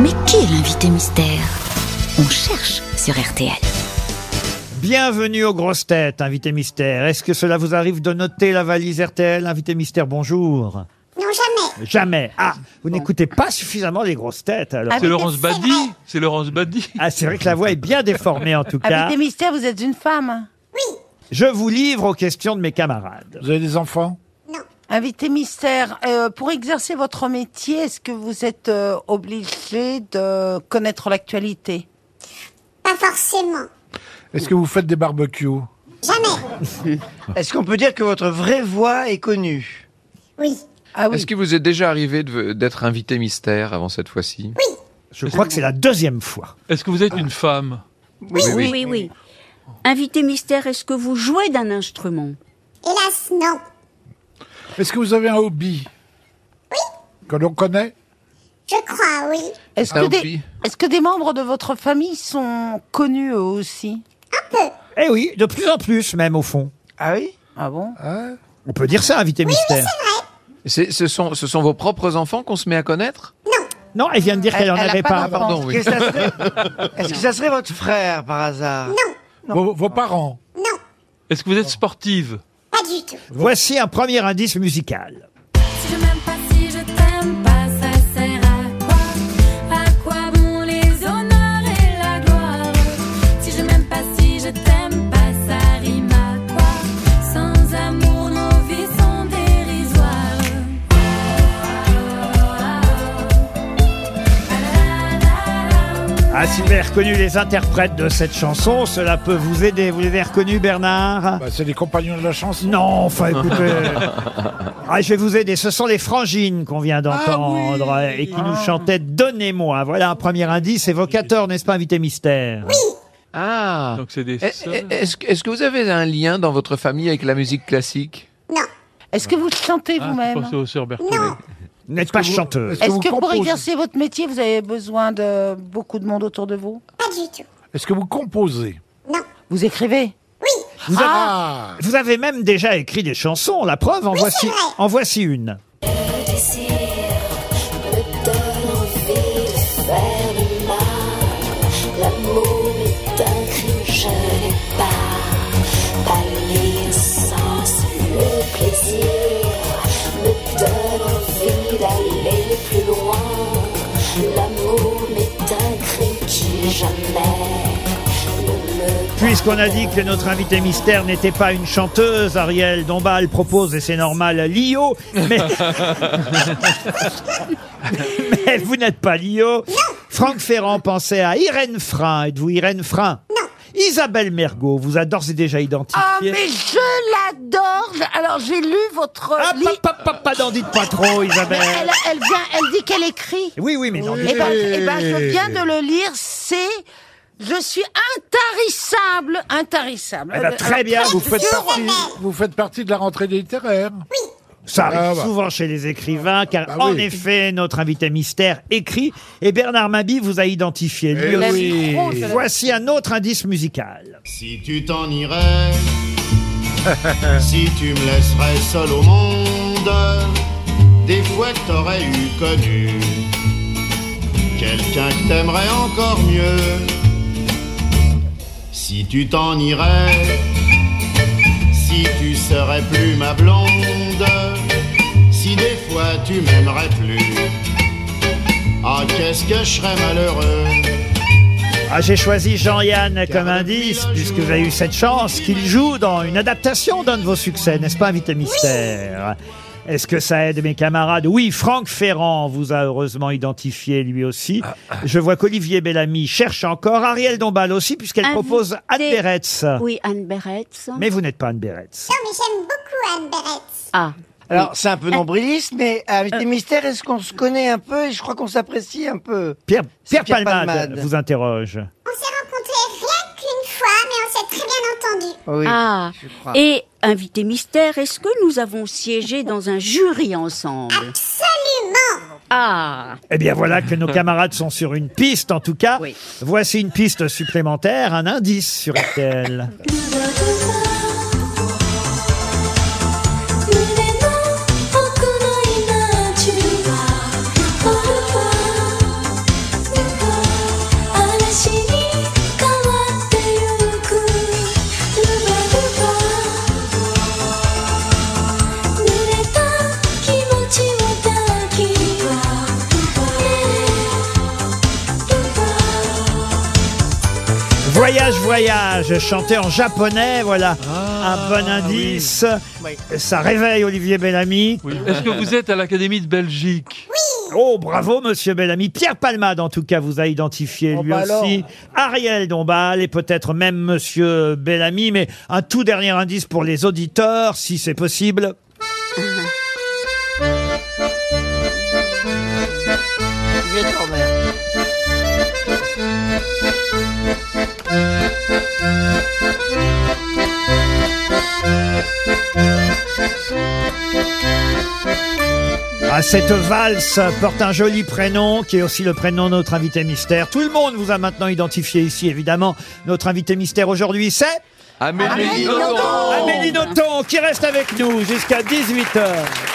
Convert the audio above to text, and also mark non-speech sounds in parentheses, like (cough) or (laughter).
Mais qui est l'invité mystère On cherche sur RTL. Bienvenue aux grosses têtes, invité mystère. Est-ce que cela vous arrive de noter la valise RTL Invité mystère, bonjour. Non, jamais. Jamais. Ah, vous n'écoutez pas suffisamment les grosses têtes alors. Ah, C'est Laurence Badi, vrai. c'est Laurence Badi. Ah, c'est vrai que la voix est bien déformée en tout cas. Invité mystère, vous êtes une femme. hein. Je vous livre aux questions de mes camarades. Vous avez des enfants Invité mystère, euh, pour exercer votre métier, est-ce que vous êtes euh, obligé de connaître l'actualité Pas forcément. Est-ce que vous faites des barbecues Jamais. Est-ce qu'on peut dire que votre vraie voix est connue Oui. Ah oui. Est-ce qu'il vous est déjà arrivé de- d'être invité mystère avant cette fois-ci Je crois que c'est la deuxième fois. Est-ce que vous êtes une femme Oui, Oui, oui, oui. Invité mystère, est-ce que vous jouez d'un instrument Hélas, non. Est-ce que vous avez un hobby Que l'on connaît Je crois, oui. Est-ce Ah, que, des, oui. est-ce que des membres de votre famille sont connus eux aussi Eh oui, de plus en plus même au fond. Ah oui Ah bon hein On peut dire ça, invité mystère. C'est- ce, sont, ce sont vos propres enfants qu'on se met à connaître Non, elle vient de dire Elle- qu'elle en elle a avait pas pas. d'enfant. Pardon, oui. Est-ce que ça serait, est-ce que ça serait votre frère par hasard Vos, vos parents Non, Est-ce que vous êtes sportive pas du tout. Voici un premier indice musical. Si je m'aime pas, si je t'aime pas, ça sert à quoi À quoi bon les honneurs et la gloire Si je m'aime pas, si je t'aime pas, ça rime à quoi Sans amour, nos vies sont dérisoires. Ah, si vous avez reconnu les interprètes de cette chanson, cela peut vous aider. Vous les avez reconnus, Bernard Bah, C'est les compagnons de la chanson. Non, enfin écoutez. (laughs) Ah, je vais vous aider. Ce sont les frangines qu'on Ah vient d'entendre euh, et qui nous chantaient Donnez-moi. Voilà un premier indice évocateur, n'est-ce pas, invité mystère Ah Donc c'est des Eh, sœurs. eh, Est-ce que- est-ce que vous avez un lien dans votre famille avec la musique classique Non, Est-ce que vous chantez Ah, je vous-même pensais aux sœurs Berthollet. non, Vous N'êtes pas chanteuse. est-ce que Est-ce vous que pour composez exercer votre métier, vous avez besoin de beaucoup de monde autour de vous pas du tout. Est-ce que vous composez Non, Vous écrivez Vous, avez, Ah vous avez même déjà écrit des chansons. La preuve, en, voici, vrai. en voici une. Puisqu'on a dit que notre invité mystère n'était pas une chanteuse, Ariel Dombal propose, et c'est normal, Lio. (laughs) Mais, mais vous n'êtes pas Lio. Franck Ferrand pensait à Irène Frein. Êtes-vous Irène Frein Isabelle Mergot vous a d'ores et déjà identifié. Ah mais je l'adore Alors j'ai lu votre Ah, livre. papa, papa, n'en dites pas trop, Mais Isabelle. elle, elle vient, elle dit qu'elle écrit. Oui, oui, mais non. Eh ben, eh ben, je viens de le lire, c'est Je suis intarissable, intarissable. Eh ben, Euh, très bien, vous faites partie, vous faites partie de la rentrée littéraire. Ça arrive Ah, bah. souvent chez les écrivains, car Bah en oui. effet, notre invité mystère écrit, et Bernard Mabi vous a identifié. Lui Eh aussi. oui. trop, je Voici un autre indice musical. Si tu t'en irais, (laughs) si tu me laisserais seul au monde, des fois que t'aurais eu connu quelqu'un que t'aimerais encore mieux. Si tu t'en irais, si tu serais plus ma blonde, si des fois tu m'aimerais plus, ah qu'est-ce que je serais malheureux. Ah, j'ai choisi Jean-Yann comme indice, puisque vous avez eu cette chance qu'il joue dans une adaptation d'un de vos succès, n'est-ce pas, invité mystère est-ce que ça aide mes camarades Oui, Franck Ferrand vous a heureusement identifié lui aussi. Je vois qu'Olivier Bellamy cherche encore Ariel Dombal aussi, puisqu'elle Invité- propose Anne Beretz. Oui, Anne Beretz. Mais vous n'êtes pas Anne Beretz. non, mais j'aime beaucoup Anne Beretz. Ah, Alors, c'est un peu nombriliste, mais euh, invité Euh. mystère, est-ce qu'on se connaît un peu et je crois qu'on s'apprécie un peu Pierre, C'est Pierre Pierre Palmade, Palmade. vous interroge. On s'est rencontrés rien qu'une fois, mais on s'est très bien entendus. Oui, ah. je crois. Et invité mystère, est-ce que nous avons siégé dans un jury ensemble Absolument. Ah, Eh bien voilà que nos camarades sont sur une piste en tout cas. Oui. Voici une piste supplémentaire, un indice sur RTL. 「僕の命は」「僕は voyage, chanté en japonais, voilà un bon indice. Ça réveille Olivier Bellamy. Est-ce que vous êtes à l'Académie de Belgique Oh, bravo, monsieur Bellamy. Pierre Palmade, en tout cas, vous a identifié lui bah aussi. Ariel Dombal et peut-être même monsieur Bellamy. Mais un tout dernier indice pour les auditeurs, si c'est possible. Ah, cette valse porte un joli prénom qui est aussi le prénom de notre invité mystère. Tout le monde vous a maintenant identifié ici, évidemment. Notre invité mystère aujourd'hui, c'est Amélie Nothomb. Oh. Amélie Nothomb, qui reste avec nous jusqu'à 18h.